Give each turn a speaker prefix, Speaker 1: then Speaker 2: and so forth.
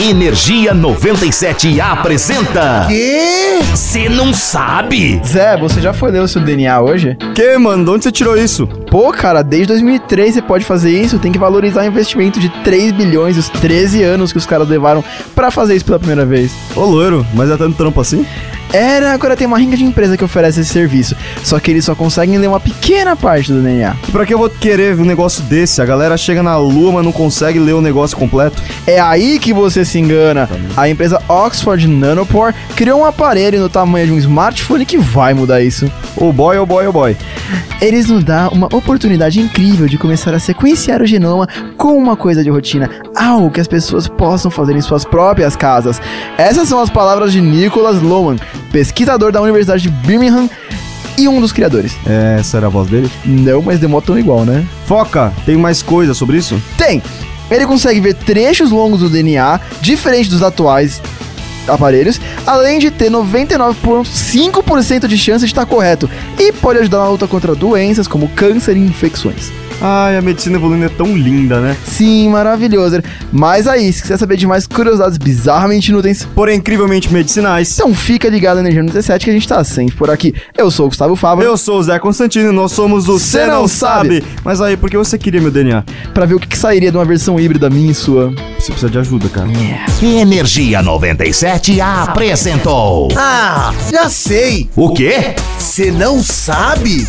Speaker 1: Energia 97 apresenta.
Speaker 2: Quê?
Speaker 1: Você não sabe?
Speaker 2: Zé, você já foi ler o seu DNA hoje?
Speaker 3: Que, mano? De onde você tirou isso?
Speaker 2: Pô, cara, desde 2003 você pode fazer isso. Tem que valorizar o investimento de 3 bilhões, os 13 anos que os caras levaram pra fazer isso pela primeira vez.
Speaker 3: Ô, loiro, mas é tanto trampo assim?
Speaker 2: Era, agora tem uma ringa de empresa que oferece esse serviço. Só que eles só conseguem ler uma pequena parte do DNA.
Speaker 3: Pra que eu vou querer um negócio desse? A galera chega na lua, mas não consegue ler o negócio completo.
Speaker 2: É aí que você se engana. A empresa Oxford Nanopore criou um aparelho no tamanho de um smartphone que vai mudar isso.
Speaker 3: Ô, Oh boy, ô, boy, ô, boy.
Speaker 2: Eles nos dão uma oportunidade incrível de começar a sequenciar o genoma com uma coisa de rotina, algo que as pessoas possam fazer em suas próprias casas. Essas são as palavras de Nicholas Lowen, pesquisador da Universidade de Birmingham e um dos criadores.
Speaker 3: É, essa era a voz dele?
Speaker 2: Não, mas demotam igual, né?
Speaker 3: Foca, tem mais coisa sobre isso?
Speaker 2: Tem! Ele consegue ver trechos longos do DNA, diferente dos atuais aparelhos, além de ter 99,5% de chance de estar correto, e pode ajudar na luta contra doenças como câncer e infecções.
Speaker 3: Ai, a medicina evoluindo é tão linda, né?
Speaker 2: Sim, maravilhoso. Mas aí, se quiser saber de mais curiosidades bizarramente inúteis,
Speaker 3: Porém, incrivelmente medicinais.
Speaker 2: então fica ligado na Energia 97 que a gente tá sempre por aqui. Eu sou o Gustavo Fábio.
Speaker 3: Eu sou o Zé Constantino, nós somos o
Speaker 2: Cê
Speaker 3: Cê
Speaker 2: Não
Speaker 3: Não Sabe. Mas aí, por que você queria meu DNA?
Speaker 2: Pra ver o que, que sairia de uma versão híbrida minha e sua.
Speaker 3: Você precisa de ajuda, cara.
Speaker 1: Energia 97 apresentou.
Speaker 4: Ah, já sei!
Speaker 1: O quê?
Speaker 4: Você não sabe?